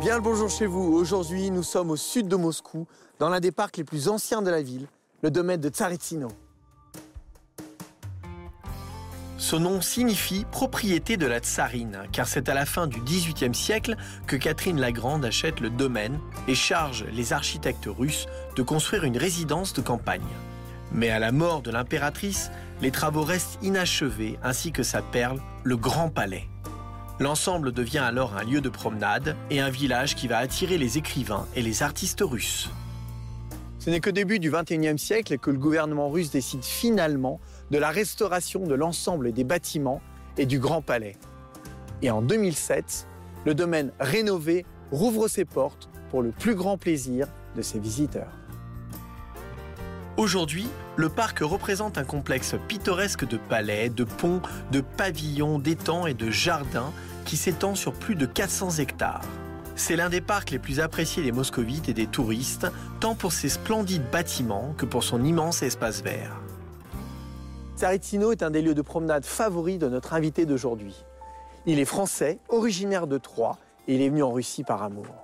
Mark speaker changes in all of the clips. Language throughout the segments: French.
Speaker 1: Bien le bonjour chez vous. Aujourd'hui, nous sommes au sud de Moscou, dans l'un des parcs les plus anciens de la ville, le domaine de Tsaritsino. Ce nom signifie propriété de la tsarine, car c'est à la fin du XVIIIe siècle que Catherine la Grande achète le domaine et charge les architectes russes de construire une résidence de campagne. Mais à la mort de l'impératrice, les travaux restent inachevés, ainsi que sa perle, le Grand Palais. L'ensemble devient alors un lieu de promenade et un village qui va attirer les écrivains et les artistes russes. Ce n'est qu'au début du XXIe siècle que le gouvernement russe décide finalement de la restauration de l'ensemble des bâtiments et du Grand Palais. Et en 2007, le domaine rénové rouvre ses portes pour le plus grand plaisir de ses visiteurs. Aujourd'hui, le parc représente un complexe pittoresque de palais, de ponts, de pavillons, d'étangs et de jardins qui s'étend sur plus de 400 hectares. C'est l'un des parcs les plus appréciés des moscovites et des touristes, tant pour ses splendides bâtiments que pour son immense espace vert. Tsaritsino est un des lieux de promenade favoris de notre invité d'aujourd'hui. Il est français, originaire de Troyes, et il est venu en Russie par amour.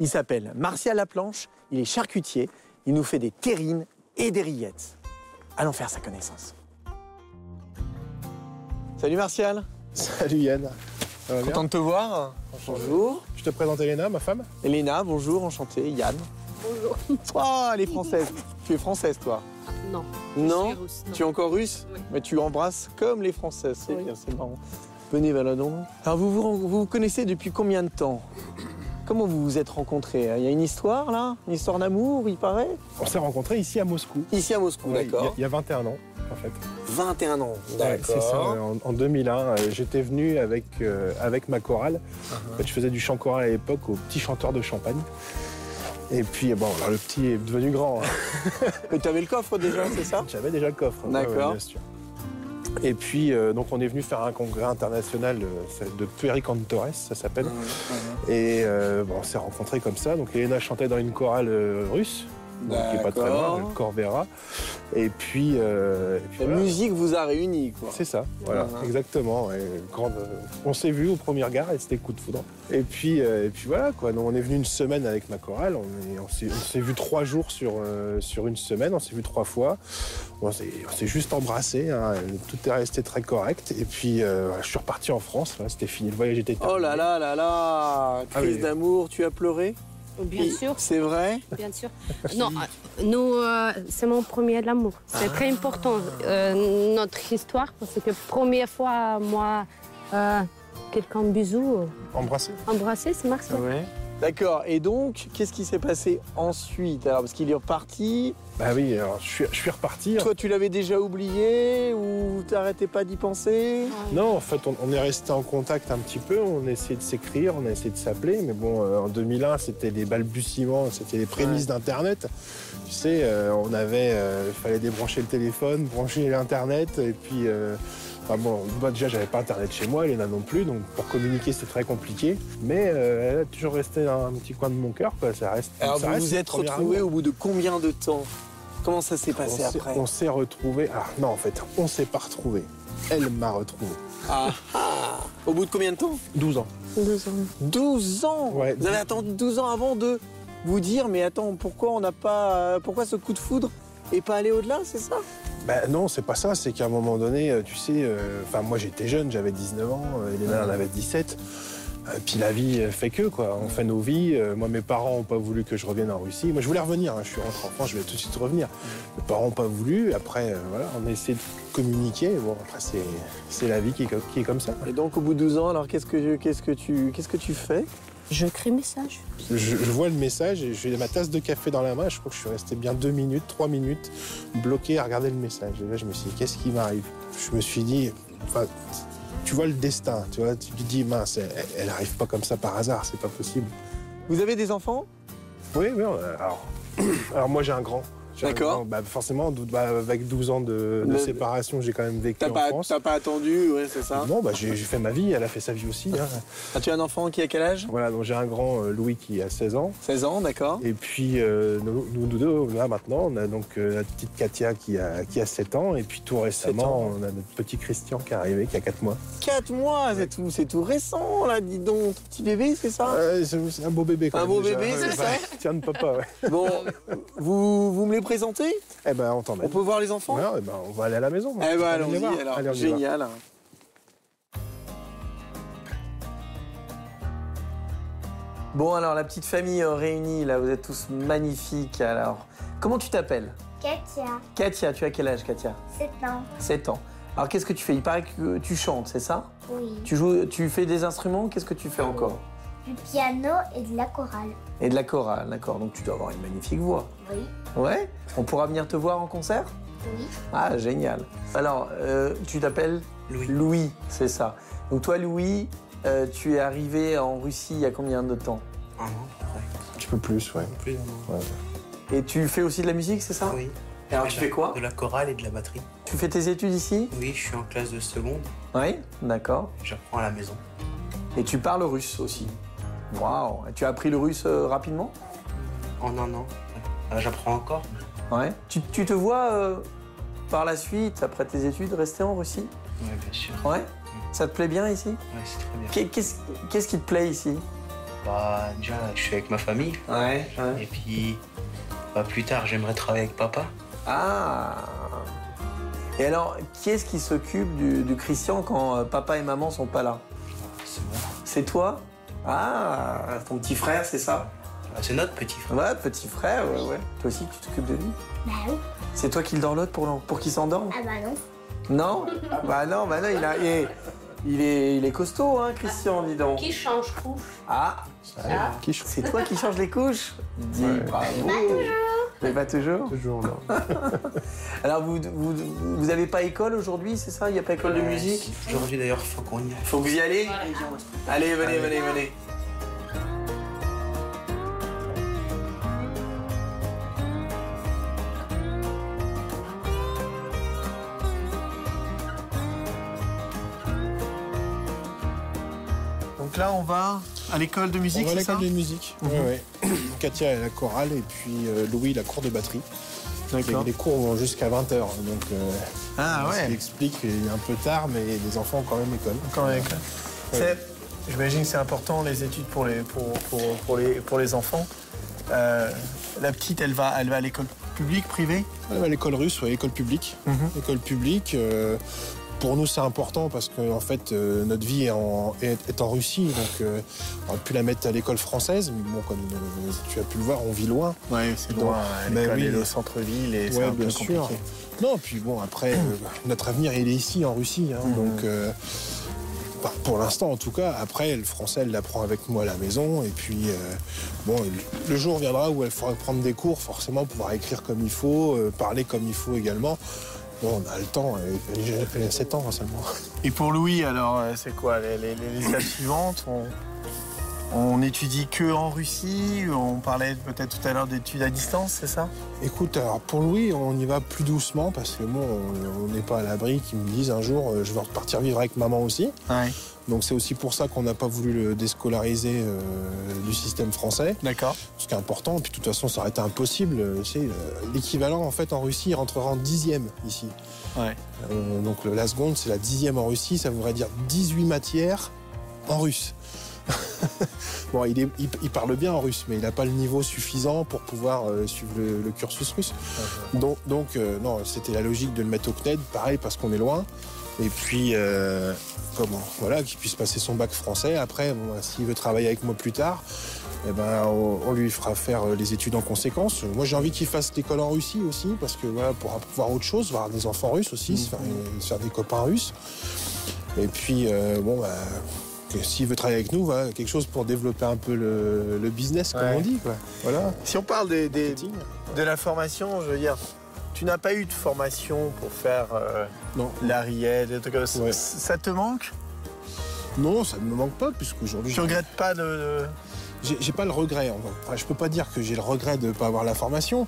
Speaker 1: Il s'appelle Martial Laplanche, il est charcutier, il nous fait des terrines et des rillettes. Allons faire sa connaissance. Salut Martial,
Speaker 2: Salut Yann. Ça va bien
Speaker 1: content de te voir. Bonjour.
Speaker 2: Je te présente Elena, ma femme.
Speaker 1: Elena, bonjour, enchanté. Yann.
Speaker 3: Bonjour.
Speaker 1: Oh, elle est française. tu es française, toi
Speaker 3: Non.
Speaker 1: Non
Speaker 3: je suis russe,
Speaker 1: Tu es encore russe
Speaker 3: Oui.
Speaker 1: Mais tu embrasses comme les françaises. C'est
Speaker 3: Oui.
Speaker 1: bien, c'est marrant. Venez, Valadon. Alors, vous vous, ren- vous vous connaissez depuis combien de temps Comment vous vous êtes rencontrés hein Il y a une histoire, là Une histoire d'amour, il paraît
Speaker 2: On s'est rencontrés ici à Moscou.
Speaker 1: Ici à Moscou,
Speaker 2: Ouais, Il y, a-
Speaker 1: d'accord.
Speaker 2: il y a 21 ans, en fait.
Speaker 1: 21 ans,
Speaker 2: Ouais, c'est ça,
Speaker 1: d'accord.
Speaker 2: en, en 2001. euh, J'étais venu avec, euh, avec ma chorale.
Speaker 1: Uh-huh.
Speaker 2: En fait, je faisais du chant choral à l'époque au petit chanteur de champagne. Et puis, euh, bon, alors, le petit est devenu grand. hein.
Speaker 1: Mais tu avais le coffre déjà, c'est ça
Speaker 2: J'avais déjà le coffre. hein. Ouais, ouais,
Speaker 1: D'accord.
Speaker 2: bien sûr. Et puis, euh, donc, on est venu faire un congrès international euh, de Puericantores, ça
Speaker 1: Uh-huh.
Speaker 2: s'appelle. Et euh, bon, on s'est rencontrés comme ça. Donc Elena chantait dans une chorale euh, russe, donc qui est pas très loin, hein.
Speaker 1: D'accord.
Speaker 2: le Corvera. Et puis, euh, et puis
Speaker 1: La
Speaker 2: voilà.
Speaker 1: musique Ah. vous a réunis, quoi.
Speaker 2: c'est ça, voilà,
Speaker 1: Voilà.
Speaker 2: exactement. ouais, grande, euh, on s'est vu au premier regard et c'était coup de foudre. Et puis, euh, et puis voilà, quoi. Donc, on est venu une semaine avec ma chorale. On, est- on s'est, on s'est vu trois jours sur, euh, sur une semaine. On s'est vu trois fois. On s'est, on s'est juste embrassé. hein. Tout est resté très correct. Et puis, euh, voilà, je suis reparti en France. voilà, c'était fini. Le voyage était
Speaker 1: Oh
Speaker 2: terminé.
Speaker 1: là là là là
Speaker 2: Ah
Speaker 1: Crise
Speaker 2: oui.
Speaker 1: d'amour, tu as pleuré
Speaker 3: Bien
Speaker 1: Et-
Speaker 3: sûr,
Speaker 1: C'est vrai
Speaker 3: bien sûr. Non, euh, nous, euh, c'est mon premier amour. C'est très
Speaker 1: Ah.
Speaker 3: important, euh, notre histoire, parce que première fois, moi, euh, quelqu'un bisou, euh,
Speaker 2: Embrassé.
Speaker 3: embrassé, c'est Marcel.
Speaker 1: D'accord, et donc, qu'est-ce qui s'est passé ensuite Alors, parce qu'il est reparti,
Speaker 2: Bah oui, alors je suis, je suis reparti. hein.
Speaker 1: toi tu l'avais déjà oublié ou t'arrêtais pas d'y penser
Speaker 2: Non, en fait, on, on est resté en contact un petit peu. On a essayé de s'écrire, on a essayé de s'appeler. Mais bon, euh, en 2001, c'était les balbutiements, c'était les prémices
Speaker 1: Ouais.
Speaker 2: d'Internet. Tu sais, euh, on avait, euh, fallait débrancher le téléphone, brancher l'Internet, et puis. euh, Enfin bon, moi déjà j'avais pas internet chez moi, Elena non plus, donc pour communiquer c'était très compliqué. Mais euh, elle a toujours resté dans un petit coin de mon cœur, quoi. Ça reste.
Speaker 1: Alors,
Speaker 2: ça
Speaker 1: vous
Speaker 2: reste
Speaker 1: vous
Speaker 2: le
Speaker 1: êtes
Speaker 2: premier
Speaker 1: retrouvés
Speaker 2: amour.
Speaker 1: au bout de combien de temps Comment ça s'est
Speaker 2: On
Speaker 1: passé
Speaker 2: s'est-
Speaker 1: après
Speaker 2: On s'est retrouvés. Ah non, en fait, on s'est pas retrouvés. Elle m'a retrouvé.
Speaker 1: Ah, ah Au bout de combien de temps
Speaker 2: 12 ans.
Speaker 1: Ah.
Speaker 3: Deux ans.
Speaker 1: 12 ans
Speaker 2: Ouais.
Speaker 1: Vous avez attendu 12 ans avant de vous dire, mais attends, pourquoi on n'a pas. euh, Pourquoi ce coup de foudre et pas aller au-delà, c'est ça
Speaker 2: Ben non, c'est pas ça, c'est qu'à un moment donné, euh, tu sais, euh, enfin moi j'étais jeune, j'avais 19 ans, euh, Elena en avait 17. euh, Puis la vie euh, fait que quoi, on fait nos vies. euh, Moi mes parents ont pas voulu que je revienne en Russie. Moi je voulais revenir, hein, je suis rentré en France, je vais tout de suite revenir. Mes parents ont pas voulu. Après euh, voilà, on a essayé de communiquer. Bon après c'est c'est la vie qui est, co- qui est comme ça.
Speaker 1: Et donc au bout de 12 ans, alors qu'est-ce que, qu'est-ce que, tu, qu'est-ce que tu fais
Speaker 3: Je crée message.
Speaker 2: Je, je vois le message, et j'ai ma tasse de café dans la main. Je crois que je suis resté bien deux minutes, trois minutes bloqué à regarder le message. Et là, je me suis dit, qu'est-ce qui m'arrive Je me suis dit, enfin, tu vois le destin, tu vois, tu te dis, mince, elle, elle arrive pas comme ça par hasard, c'est pas possible.
Speaker 1: Vous avez des enfants
Speaker 2: Oui, oui, on- alors, alors moi j'ai un grand. J'ai
Speaker 1: D'accord.
Speaker 2: Bah, forcément, dou- bah, avec 12 ans de, de
Speaker 1: Le-
Speaker 2: séparation, j'ai quand même vécu
Speaker 1: T'as
Speaker 2: en
Speaker 1: pas, hein
Speaker 2: France.
Speaker 1: t'as pas attendu, ouais, c'est ça.
Speaker 2: Non, bah, j'ai j'ai fait ma vie, elle a fait sa vie aussi. hein.
Speaker 1: As-tu Bah, un enfant qui a quel âge
Speaker 2: Voilà, donc j'ai un grand euh, Louis qui a 16 ans.
Speaker 1: 16 ans, d'accord.
Speaker 2: Et puis euh, nous, nous- nous deux, là maintenant, on a donc euh, la petite Katia qui a, qui a 7 ans. Et puis tout récemment, on a notre petit Christian qui est arrivé, qui a 4 mois.
Speaker 1: 4 mois, c'est tout, c'est tout récent là, dis donc. Ton petit bébé, c'est ça
Speaker 2: Ah, Ouais, c'est c'est un beau bébé quand
Speaker 1: Un
Speaker 2: même,
Speaker 1: beau
Speaker 2: déjà.
Speaker 1: bébé,
Speaker 2: Ouais,
Speaker 1: c'est
Speaker 2: bah,
Speaker 1: ça
Speaker 2: Tiens de papa, ouais.
Speaker 1: Bon, vous, vous me les présentez
Speaker 2: Eh ben, on t'emmène.
Speaker 1: On peut voir les enfants
Speaker 2: Ouais, eh ben, on va aller à la maison.
Speaker 1: Eh ben
Speaker 2: On y
Speaker 1: allons-y
Speaker 2: va.
Speaker 1: alors,
Speaker 2: Allez, on y va.
Speaker 1: génial. Bon alors la petite famille euh, réunie là, vous êtes tous magnifiques alors. Comment tu t'appelles
Speaker 4: Katia,
Speaker 1: Katia, tu as quel âge Katia
Speaker 4: 7 ans.
Speaker 1: 7 ans. Alors qu'est-ce que tu fais Il paraît que tu chantes, c'est ça
Speaker 4: Oui.
Speaker 1: Tu joues, tu fais des instruments, qu'est-ce que tu fais encore
Speaker 4: Du piano et de la chorale.
Speaker 1: Et de la chorale, d'accord. Donc tu dois avoir une magnifique voix.
Speaker 4: Oui.
Speaker 1: Ouais On pourra venir te voir en concert
Speaker 4: Oui.
Speaker 1: Ah, génial. Alors, euh, tu t'appelles
Speaker 5: Louis.
Speaker 1: c'est ça. Donc toi, Louis, euh, tu es arrivé en Russie il y a combien de temps
Speaker 5: Un an,
Speaker 2: Un petit peu plus, ouais.
Speaker 5: plus d'un an.
Speaker 1: Et tu fais aussi de la musique, c'est ça
Speaker 5: Oui.
Speaker 1: Et alors tu fais quoi
Speaker 5: De la chorale et de la batterie.
Speaker 1: Tu fais tes études ici
Speaker 5: Oui, je suis en classe de seconde.
Speaker 1: Oui, d'accord.
Speaker 5: J'apprends à la maison.
Speaker 1: Et tu parles russe aussi Waouh Et tu as appris le russe euh, rapidement
Speaker 5: En un an. Euh, J'apprends encore.
Speaker 1: Ouais. Tu, tu te vois euh, par la suite, après tes études, rester en Russie
Speaker 5: Oui, bien sûr.
Speaker 1: Ouais Ça te plaît bien ici
Speaker 5: Ouais, c'est très bien.
Speaker 1: Qu'est- Qu'est-ce qu'est-ce qui te plaît ici
Speaker 5: Bah, déjà, je suis avec ma famille.
Speaker 1: Ouais, ouais.
Speaker 5: Et puis, bah, plus tard, j'aimerais travailler avec papa.
Speaker 1: Ah Et alors, qui est-ce qui s'occupe du, du Christian quand euh, papa et maman sont pas là
Speaker 5: C'est bon.
Speaker 1: C'est toi Ah Ton petit frère, c'est ça
Speaker 5: Ah, C'est notre petit frère.
Speaker 1: Ouais, petit frère, ouais, ouais. Toi aussi, tu t'occupes de lui
Speaker 4: Bah oui.
Speaker 1: C'est toi qui le dorlote pour, l'en- pour qu'il s'endorme
Speaker 4: Ah bah non.
Speaker 1: Non Bah non, bah non, il, a, il, est, il, est, il est costaud, hein, Christian, dis donc.
Speaker 3: Qui change couche
Speaker 1: Ah
Speaker 2: Qui chante
Speaker 1: C'est toi qui changes les couches Dis
Speaker 2: Ouais.
Speaker 1: bravo Mais pas toujours
Speaker 2: toujours, là
Speaker 1: Alors, vous vous, vous avez pas école aujourd'hui, c'est ça Il n'y a pas école de musique
Speaker 5: Aujourd'hui, d'ailleurs, faut qu'on y aille.
Speaker 1: Faut que vous y allez Allez, venez, venez, venez. Donc là, on va à l'école de
Speaker 2: On
Speaker 1: musique,
Speaker 2: va à
Speaker 1: c'est ça
Speaker 2: l'école de musique. Ouais, ouais. Katia est la chorale et puis euh, Louis la cour de batterie. Les, les cours vont jusqu'à 20h. Donc euh,
Speaker 1: Ah
Speaker 2: ce qui
Speaker 1: ouais,
Speaker 2: explique qu'il est un peu tard, mais les enfants ont quand même école.
Speaker 1: quand même. C'est- J'imagine que c'est important les études pour les, pour, pour- pour les, pour les enfants. Euh, la petite, elle va, elle va à l'école publique, privée
Speaker 2: Ouais, bah, l'école russe, ouais, l'école publique.
Speaker 1: Mhm.
Speaker 2: L'école publique. euh, pour nous, c'est important parce que en fait, euh, notre vie est en, est, est en Russie, donc euh, on aurait pu la mettre à l'école française. Mais bon, comme euh, tu as pu le voir, on vit loin.
Speaker 1: Ouais, c'est
Speaker 2: loin, elle est
Speaker 1: l'école
Speaker 2: collée
Speaker 1: est
Speaker 2: au
Speaker 1: au centre-ville et c'est
Speaker 2: Ouais,
Speaker 1: un
Speaker 2: bien
Speaker 1: peu compliqué.
Speaker 2: sûr. Non, puis bon, après, euh, notre avenir, il est ici, en Russie. hein, Donc, euh, bah, pour l'instant, en tout cas, après, le français, elle l'apprend avec moi à la maison. Et puis, euh, bon, le- le jour viendra où elle faudra prendre des cours, forcément, pouvoir écrire comme il faut, euh, parler comme il faut également. Bon, on a le temps, elle- elle elle a 7 ans hein, seulement.
Speaker 5: Et pour Louis, alors, euh, c'est quoi les, les- les étapes suivantes on, on étudie que en Russie On parlait peut-être tout à l'heure d'études à distance, c'est ça
Speaker 2: Écoute, alors pour Louis, on y va plus doucement parce que bon, on- on n'est pas à l'abri qu'ils me disent un jour, euh, je veux repartir vivre avec maman aussi.
Speaker 5: Ouais.
Speaker 2: Donc c'est aussi pour ça qu'on n'a pas voulu le déscolariser euh, du système français,
Speaker 5: D'accord.
Speaker 2: ce qui est important. Puis de toute façon, ça aurait été impossible. euh, tu sais, euh, l'équivalent en fait en Russie il rentrera en dixième ici.
Speaker 5: Ouais.
Speaker 2: Euh, donc le- la seconde, c'est la dixième en Russie, ça voudrait dire 18 matières en russe. bon, il, est- il- il parle bien en russe, mais il n'a pas le niveau suffisant pour pouvoir euh, suivre le, le cursus russe. Donc, donc, euh, non, c'était la logique de le mettre au CNED, pareil parce qu'on est loin. Et puis, euh, comment Voilà, qu'il puisse passer son bac français. Après, bon, bah, s'il veut travailler avec moi plus tard, eh ben, on, on lui fera faire euh, les études en conséquence. Euh, Moi, j'ai envie qu'il fasse l'école en Russie aussi, parce que voilà, pour voir autre chose, voir des enfants russes aussi, se, faire, euh, se faire des copains russes. Et puis, euh, bon, bah, que s'il veut travailler avec nous, voilà, quelque chose pour développer un peu le, le business, comme
Speaker 5: Ouais.
Speaker 2: on dit, quoi. Voilà.
Speaker 5: Si on parle des- des-
Speaker 2: Marketing.
Speaker 5: de la formation, je veux dire, tu n'as pas eu de formation pour faire euh,
Speaker 2: Non.
Speaker 5: l'ariette, des trucs comme ça.
Speaker 2: Ouais.
Speaker 5: Ça te manque
Speaker 2: Non, ça ne me manque pas, puisqu'aujourd'hui.
Speaker 5: Tu regrettes pas de. de-
Speaker 2: J'ai j'ai pas le regret. on va- Enfin, je peux pas dire que j'ai le regret de ne pas avoir la formation,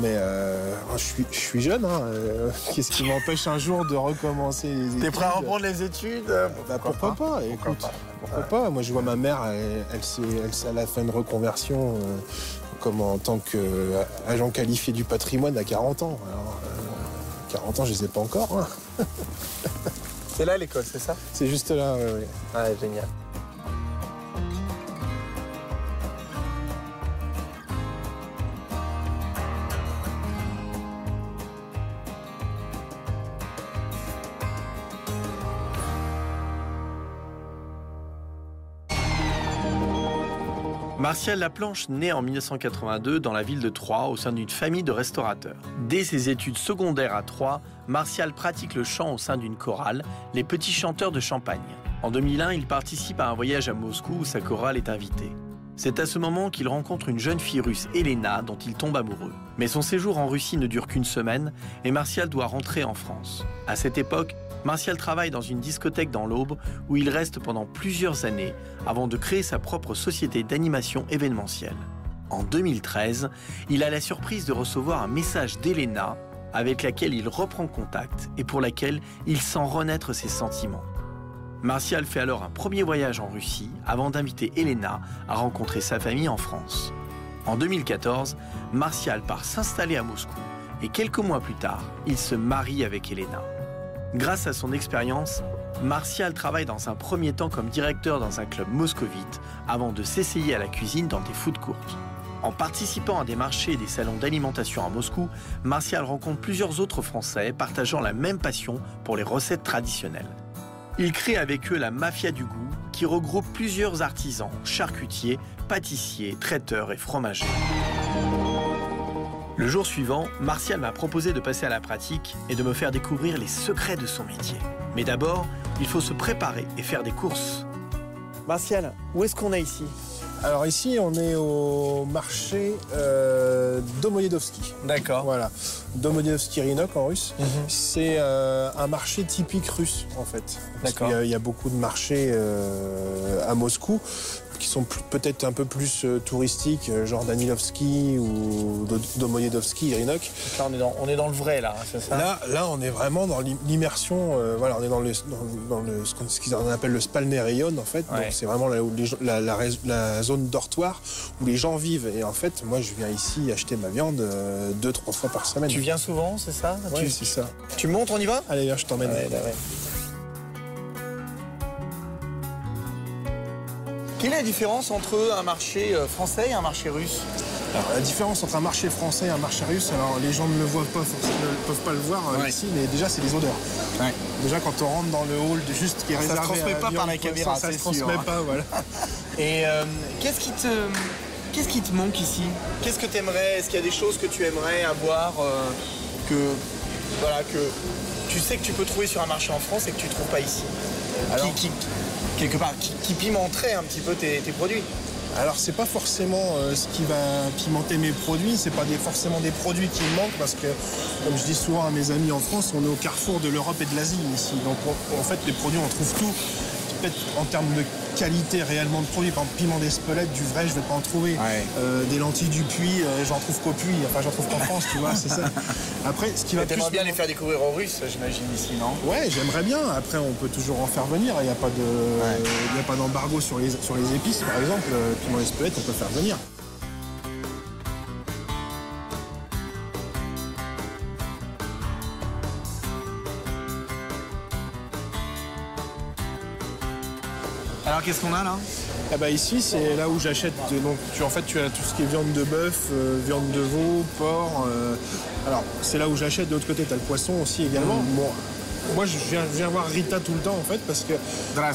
Speaker 2: Mais euh, je, suis, je suis jeune, hein, euh, qu'est-ce qui m'empêche un jour de recommencer les études
Speaker 1: T'es prêt à reprendre les études euh,
Speaker 2: Bah,
Speaker 5: Hein
Speaker 2: pourquoi pas, écoute,
Speaker 1: pas.
Speaker 2: pourquoi pas. Moi je vois ma mère, elle, elle s'est- elle s'est- elle a fait une reconversion euh, comme en tant qu'agent qualifié du patrimoine à 40 ans. Alors, euh, 40 ans, je les ai pas encore. hein.
Speaker 1: C'est là l'école, c'est ça
Speaker 2: C'est juste là, euh, ouais, ouais.
Speaker 1: Ah, génial.
Speaker 5: Martial Laplanche naît en 1982 dans la ville de Troyes au sein d'une famille de restaurateurs. Dès ses études secondaires à Troyes, Martial pratique le chant au sein d'une chorale, les Petits Chanteurs de Champagne. En 2001, il participe à un voyage à Moscou où sa chorale est invitée. C'est à ce moment qu'il rencontre une jeune fille russe, Elena, dont il tombe amoureux. Mais son séjour en Russie ne dure qu'une semaine et Martial doit rentrer en France. À cette époque, Martial travaille dans une discothèque dans l'Aube où il reste pendant plusieurs années avant de créer sa propre société d'animation événementielle. En 2013, il a la surprise de recevoir un message d'Elena avec laquelle il reprend contact et pour laquelle il sent renaître ses sentiments. Martial fait alors un premier voyage en Russie avant d'inviter Elena à rencontrer sa famille en France. En 2014, Martial part s'installer à Moscou et quelques mois plus tard, il se marie avec Elena. Grâce à son expérience, Martial travaille dans un premier temps comme directeur dans un club moscovite avant de s'essayer à la cuisine dans des food courts. En participant à des marchés et des salons d'alimentation à Moscou, Martial rencontre plusieurs autres Français partageant la même passion pour les recettes traditionnelles. Il crée avec eux la Mafia du goût qui regroupe plusieurs artisans, charcutiers, pâtissiers, traiteurs et fromagers. Le jour suivant, Martial m'a proposé de passer à la pratique et de me faire découvrir les secrets de son métier. Mais d'abord, il faut se préparer et faire des courses.
Speaker 1: Martial, où est-ce qu'on est ici
Speaker 2: Alors ici, on est au marché euh, Domoyedovski.
Speaker 1: D'accord. Mhm.
Speaker 2: Voilà, Domodenovski Rinok en russe. C'est euh, un marché typique russe en fait. Parce
Speaker 1: D'accord.
Speaker 2: qu'il y a- Il y, a beaucoup de marchés euh, à Moscou qui sont plus- peut-être un peu plus euh, touristiques, euh, genre Danilovski ou Do- Domoyedovski Irinok.
Speaker 1: Là, on est, dans, on est dans le vrai, là, hein, c'est ça
Speaker 2: Là, là, on est vraiment dans l'im- l'immersion. euh, voilà, on est dans le, dans, dans le ce qu'on- ce qu'ils en appellent le Spalnerion en fait.
Speaker 1: Ouais.
Speaker 2: Donc c'est vraiment là où les gens- la, la rais- la zone dortoir où les gens vivent. Et en fait, moi, je viens ici acheter ma viande euh, deux, trois fois par semaine.
Speaker 1: Tu viens souvent, c'est ça
Speaker 2: Ouais,
Speaker 1: tu, bah
Speaker 2: c'est ça.
Speaker 1: tu montes, on y va
Speaker 2: Allez, viens, je t'emmène.
Speaker 1: Eh ben Quelle est la différence entre un marché euh, français et un marché russe
Speaker 2: Alors, la différence entre un marché français et un marché russe, alors les gens ne le voient pas, forcément, ne peuvent pas le voir euh,
Speaker 1: Ouais.
Speaker 2: ici, mais déjà c'est les odeurs.
Speaker 1: Ouais.
Speaker 2: Déjà quand on rentre dans le hall de juste qui est
Speaker 1: Ça se
Speaker 2: réservé
Speaker 1: transmet
Speaker 2: à
Speaker 1: pas par
Speaker 2: viande,
Speaker 1: la
Speaker 2: pour l'instant,
Speaker 1: caméra,
Speaker 2: ça se
Speaker 1: c'est sûr,
Speaker 2: transmet
Speaker 1: hein.
Speaker 2: pas, voilà.
Speaker 1: Et euh, qu'est-ce qui te. Qu'est-ce qui te manque ici Qu'est-ce que t'aimerais Est-ce qu'il y a des choses que tu aimerais avoir euh, que. Voilà, que tu sais que tu peux trouver sur un marché en France et que tu trouves pas ici
Speaker 2: Alors
Speaker 1: qui, qui- quelque part, qui, qui pimenterait un petit peu tes, tes produits.
Speaker 2: Alors c'est pas forcément euh, ce qui va pimenter mes produits, c'est pas des- forcément des produits qui me manquent parce que comme je dis souvent à mes amis en France, on est au carrefour de l'Europe et de l'Asie ici. Donc on- en fait les produits on trouve tout. Peut-être en termes de qualité réellement de produits, par exemple piment d'Espelette, du vrai je vais pas en trouver.
Speaker 1: Ouais.
Speaker 2: Euh, des lentilles du puits, euh, j'en trouve qu'au puits, enfin j'en trouve qu'en France, tu vois, c'est ça. Après ce qui va plus
Speaker 1: T'aimerais bien
Speaker 2: me
Speaker 1: les faire découvrir aux Russes, j'imagine, ici, non
Speaker 2: Ouais, j'aimerais bien. Après, on peut toujours en faire venir. Il n'y a pas de, il y a pas d'embargo sur les, sur les épices, par exemple. Euh, Piment espelette, on peut faire venir.
Speaker 1: Alors qu'est-ce qu'on a là
Speaker 2: Ah bah ici, c'est là où j'achète. de- Donc, tu, en fait, tu as tout ce qui est viande de bœuf, euh, viande de veau, porc. euh, alors, c'est là où j'achète. De l'autre côté, tu as le poisson aussi également.
Speaker 1: Mm.
Speaker 2: Bon, moi, je viens, je viens voir Rita tout le temps, en fait, parce que
Speaker 1: Ah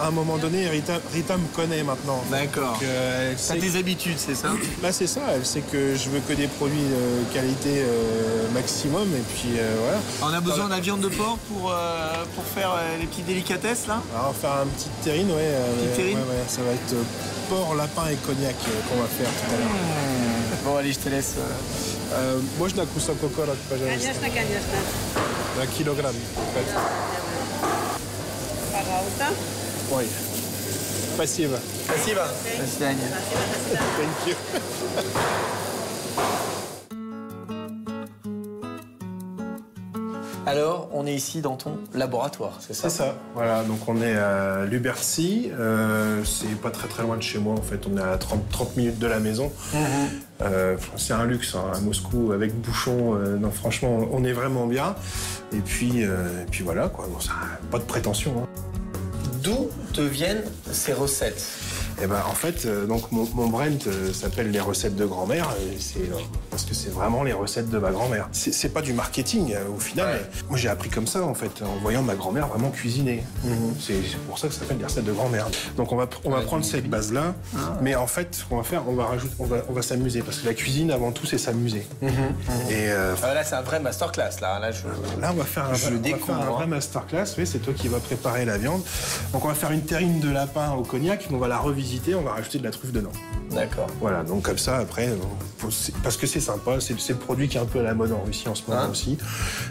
Speaker 2: à, à un moment donné, Rita, Rita me connaît maintenant.
Speaker 1: D'accord.
Speaker 2: Donc, euh, elle
Speaker 1: T'as
Speaker 2: sait
Speaker 1: des habitudes, c'est ça
Speaker 2: Là, c'est ça, elle sait que je veux que des produits euh, qualité euh, maximum et puis euh, voilà.
Speaker 1: On a besoin de la viande de porc pour, euh, pour faire euh, les petites délicatesses là
Speaker 2: Alors, faire un petit terrine, ouais, euh,
Speaker 1: Petite terrine
Speaker 2: ouais, ouais, ça va être euh, porc, lapin et cognac euh, qu'on va faire tout à l'heure.
Speaker 1: Bon allez, je te laisse. euh,
Speaker 2: Euh, moi, je n'ai cousin coco, là, pas jamais.
Speaker 6: Конечно, конечно.
Speaker 2: Un kilogramme, en fait.
Speaker 6: Пожалуйста.
Speaker 2: Oui. Passive.
Speaker 1: Merci, va. Merci, Daniel.
Speaker 2: Thank you.
Speaker 5: Alors, on est ici dans ton laboratoire, c'est ça
Speaker 2: C'est ça. Voilà, donc on est à Lubercy. Euh, c'est pas très très loin de chez moi en fait. On est à 30, 30 minutes de la maison. Euh, c'est un luxe hein, à Moscou avec bouchon. euh, non, franchement, on est vraiment bien. Et puis, euh, et puis voilà quoi. Bon, ça, pas de prétention. hein.
Speaker 5: D'où te viennent ces recettes
Speaker 2: Et ben en fait, euh, donc mon, mon Brent euh, s'appelle les recettes de grand-mère, et c'est euh, parce que c'est vraiment les recettes de ma grand-mère. C'est c'est pas du marketing euh, au final.
Speaker 5: Ouais.
Speaker 2: mais Moi j'ai appris comme ça en fait, en voyant ma grand-mère vraiment cuisiner.
Speaker 5: Mhm.
Speaker 2: C'est c'est pour ça que ça s'appelle les recettes de grand-mère. Donc on va pr- on va prendre cette base là,
Speaker 5: Ah.
Speaker 2: mais en fait ce qu'on va faire, on va rajouter, on va on va s'amuser parce que la cuisine avant tout c'est s'amuser.
Speaker 5: Mhm,
Speaker 2: Et euh,
Speaker 5: Ah, Là, c'est un vrai masterclass, là. là je...
Speaker 2: Là, on va faire un,
Speaker 5: Je
Speaker 2: on va
Speaker 5: découvre,
Speaker 2: faire un
Speaker 5: hein.
Speaker 2: vrai masterclass. Oui, c'est toi qui vas préparer la viande. Donc, on va faire une terrine de lapin au cognac, mais on va la revisiter, on va rajouter de la truffe dedans.
Speaker 5: D'accord.
Speaker 2: Voilà, donc comme ça, après, on- faut- c'est- parce que c'est sympa, c'est c'est le produit qui est un peu à la mode en Russie en ce moment
Speaker 5: Hein
Speaker 2: aussi.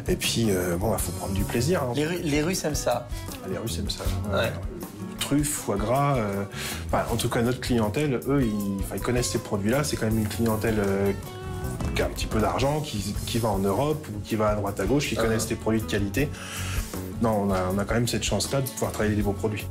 Speaker 2: Et puis, euh, bon, il faut prendre du plaisir. hein.
Speaker 5: Les, Ru- les Russes aiment ça.
Speaker 2: Les Russes aiment ça.
Speaker 5: Ouais.
Speaker 2: Truffe, foie gras, euh, enfin, en tout cas notre clientèle, eux, ils, enfin, ils connaissent ces produits-là. C'est quand même une clientèle euh, qui a un petit peu d'argent, qui, qui va en Europe ou qui va à droite à gauche,
Speaker 5: Ah.
Speaker 2: qui connaissent des produits de qualité. Non, on a, on a quand même cette chance-là de pouvoir travailler des beaux produits.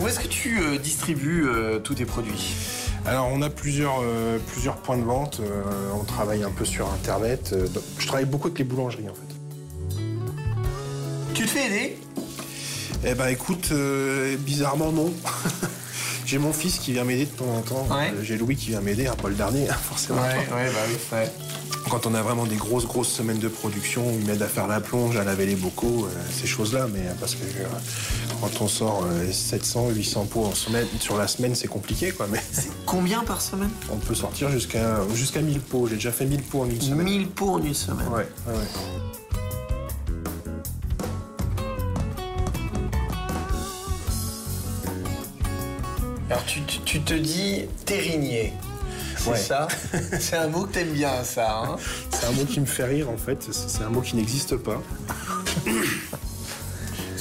Speaker 5: Où est-ce que tu euh, distribues euh, tous tes produits
Speaker 2: Alors, on a plusieurs, euh, plusieurs points de vente. Euh, on travaille un peu sur Internet. Euh, donc, je travaille beaucoup avec les boulangeries, en fait.
Speaker 5: Tu te fais aider
Speaker 2: Eh ben écoute, euh, bizarrement non. J'ai mon fils qui vient m'aider de temps en temps.
Speaker 5: Ouais.
Speaker 2: Euh, J'ai Louis qui vient m'aider, hein, pas le dernier, hein, forcément.
Speaker 5: ouais, bah oui. Ouais.
Speaker 2: Quand on a vraiment des grosses, grosses semaines de production, il m'aide à faire la plonge, à laver les bocaux, euh, ces choses-là. Mais euh, parce que euh, quand on sort euh, 700, 800 pots en semaine, sur la semaine, c'est compliqué, quoi. Mais
Speaker 5: Combien par semaine
Speaker 2: on peut sortir jusqu'à jusqu'à 1000 pots. J'ai déjà fait 1000 pots en une semaine.
Speaker 5: 1000 pour une semaine.
Speaker 2: Ouais, ouais, ouais.
Speaker 5: Alors, tu, tu- tu te dis terrinier. C'est
Speaker 2: Ouais.
Speaker 5: ça C'est un mot que t'aimes bien, ça. hein
Speaker 2: C'est un mot qui me fait rire en fait, c'est c'est un mot qui n'existe pas.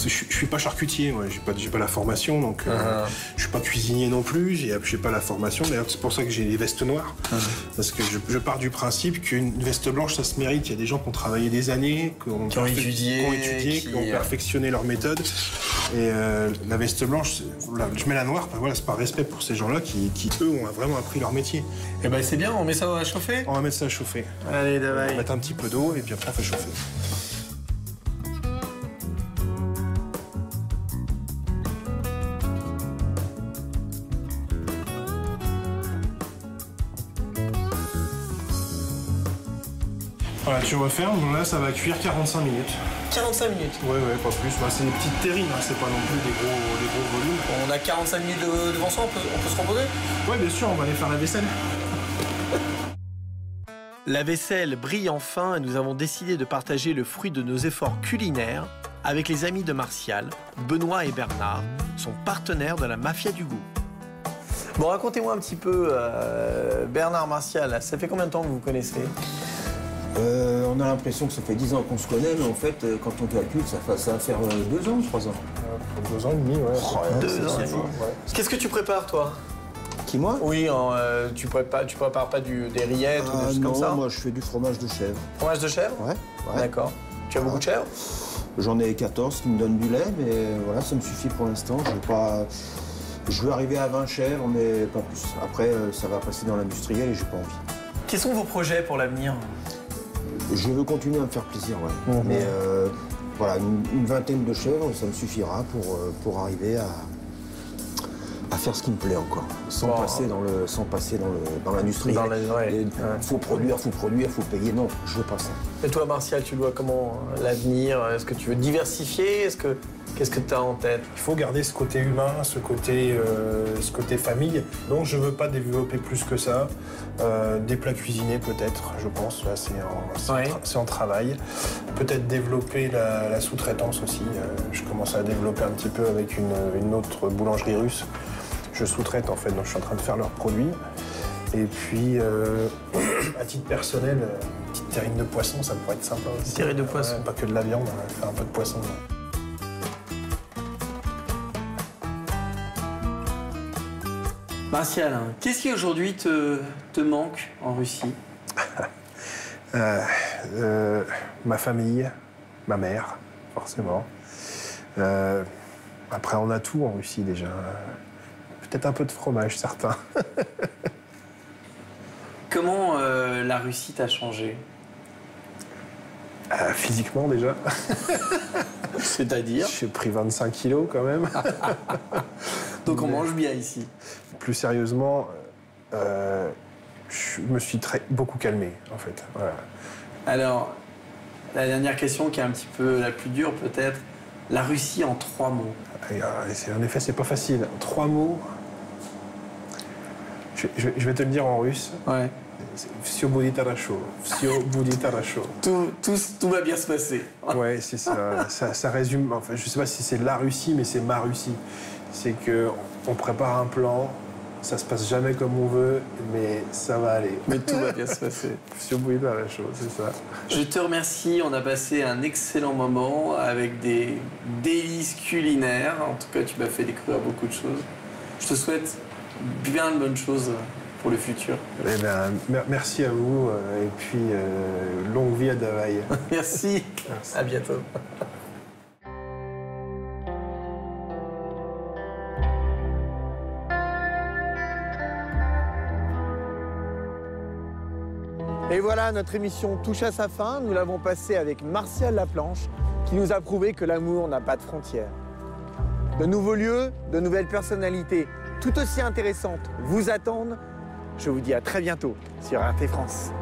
Speaker 2: Je, suis- je suis pas charcutier, moi, j'ai pas, j'ai pas la formation, donc
Speaker 5: Ah.
Speaker 2: euh, je suis pas cuisinier non plus, j'ai j'ai pas la formation. D'ailleurs, c'est pour ça que j'ai les vestes noires,
Speaker 5: Ah.
Speaker 2: parce que je, je pars du principe qu'une veste blanche, ça se mérite. Il y a des gens qui ont travaillé des années, qui ont,
Speaker 5: Qui ont
Speaker 2: perfe-
Speaker 5: étudié,
Speaker 2: qui ont, étudié, qui
Speaker 5: qui,
Speaker 2: ont
Speaker 5: euh,
Speaker 2: perfectionné leur méthode. Et euh, la veste blanche, c'est- la- je mets la noire, ben voilà, c'est par respect pour ces gens-là qui, qui, eux, ont vraiment appris leur métier.
Speaker 5: Eh ben, c'est bien, on met ça à chauffer.
Speaker 2: On va mettre ça à chauffer.
Speaker 5: Allez,
Speaker 2: On va
Speaker 5: davai.
Speaker 2: mettre un petit peu d'eau et puis après on fait chauffer. Voilà, tu refermes, donc là ça va cuire 45 minutes.
Speaker 5: 45 minutes.
Speaker 2: Ouais, ouais, pas plus. Bah, c'est des petites terrines, hein, c'est pas non plus des gros, des gros volumes.
Speaker 5: On a 45 minutes de- devant soi, on peut, on peut se reposer
Speaker 2: Ouais, bien sûr, on va aller faire la vaisselle.
Speaker 5: La vaisselle brille enfin et nous avons décidé de partager le fruit de nos efforts culinaires avec les amis de Martial, Benoît et Bernard, son partenaire de la mafia du goût. Bon, racontez-moi un petit peu, euh, Bernard Martial, ça fait combien de temps que vous vous connaissez
Speaker 6: Euh, on a l'impression que ça fait 10 ans qu'on se connaît, mais en fait, euh, quand on calcule, ça fait ça va faire 2 ans, 3 ans.
Speaker 2: Deux ans et demi, ouais.
Speaker 5: Deux ans. Qu'est-ce que tu prépares, toi
Speaker 6: Qui, moi
Speaker 5: Oui, euh, tu, prépares, tu prépares pas du, des rillettes ou des
Speaker 6: Ah,
Speaker 5: choses
Speaker 6: Non,
Speaker 5: comme ça
Speaker 6: moi je fais du fromage de chèvre.
Speaker 5: Fromage de chèvre
Speaker 6: Ouais, ouais.
Speaker 5: D'accord. Tu as beaucoup de chèvre
Speaker 6: J'en ai 14 qui me donnent du lait, mais euh, voilà, ça me suffit pour l'instant. Je vais pas. Je veux arriver à 20 chèvres, mais pas plus. Après, euh, ça va passer dans l'industriel et j'ai pas envie.
Speaker 5: Quels sont vos projets pour l'avenir
Speaker 6: Je veux continuer à me faire plaisir, ouais. Mais euh, voilà, une, une vingtaine de chèvres, ça me suffira pour, euh, pour arriver à, à faire ce qui me plaît encore. Sans
Speaker 5: Bon.
Speaker 6: passer dans le sans passer dans le dans l'industrie.
Speaker 5: Dans la- ouais,
Speaker 6: Et
Speaker 5: ouais.
Speaker 6: Faut produire, faut produire, faut payer. Non, je veux pas ça.
Speaker 5: Et toi, Martial, tu le vois comment euh, l'avenir Est-ce que tu veux diversifier Est-ce que qu'est-ce que tu as en tête
Speaker 2: Il faut garder ce côté humain, ce côté, euh, ce côté famille. Donc je veux pas développer plus que ça. Euh, des plats cuisinés peut-être, je pense. Là, c'est en, c'est en
Speaker 5: Ouais.
Speaker 2: tra- c'est en travail. Peut-être développer la, la sous-traitance aussi. Euh, je commence à développer un petit peu avec une, une autre boulangerie russe. Je sous-traite en fait, donc je suis en train de faire leurs produits. Et puis, euh, à titre personnel, euh, une petite terrine de poisson, ça pourrait être sympa aussi.
Speaker 5: Terrine de poisson.
Speaker 2: Ouais, pas que de la viande, hein, faire un peu de poisson.
Speaker 1: Martial, hein, qu'est-ce qui aujourd'hui te, te manque en Russie
Speaker 2: Euh, euh, ma famille, ma mère, forcément. Euh, après, on a tout en Russie déjà. Peut-être un peu de fromage, certains.
Speaker 1: Comment euh, la Russie t'a changé
Speaker 2: Euh, physiquement déjà.
Speaker 1: C'est-à-dire
Speaker 2: J'ai pris 25 kilos quand même.
Speaker 1: Donc on mange bien ici.
Speaker 2: Plus sérieusement, euh, je me suis très, beaucoup calmé en fait. Voilà.
Speaker 1: Alors, la dernière question qui est un petit peu la plus dure peut-être, la Russie en trois mots.
Speaker 2: Et, euh, et c'est- en effet, c'est pas facile. Trois mots. Je, je- je vais te le dire en russe.
Speaker 1: Ouais.
Speaker 2: C'est Всё будет хорошо. Всё будет хорошо.
Speaker 1: Tout, tout, tout va bien se passer.
Speaker 2: Ouais, c'est ça, ça, ça résume. Enfin, je sais pas si c'est la Russie, mais c'est ma Russie. C'est que on prépare un plan, ça se passe jamais comme on veut, mais ça va aller.
Speaker 1: Mais tout va bien se passer.
Speaker 2: Всё будет хорошо, c'est ça.
Speaker 1: Je te remercie, on a passé un excellent moment avec des délices culinaires. En tout cas, tu m'as fait découvrir beaucoup de choses. Je te souhaite bien de bonnes choses pour le futur.
Speaker 2: Eh ben, mer- merci à vous euh, et puis euh, longue vie à Davaï.
Speaker 1: Merci,
Speaker 2: Merci.
Speaker 1: à bientôt.
Speaker 5: Et voilà, notre émission touche à sa fin. Nous l'avons passée avec Martial Laplanche, qui nous a prouvé que l'amour n'a pas de frontières. De nouveaux lieux, de nouvelles personnalités tout aussi intéressantes vous attendent. Je vous dis à très bientôt sur RT France.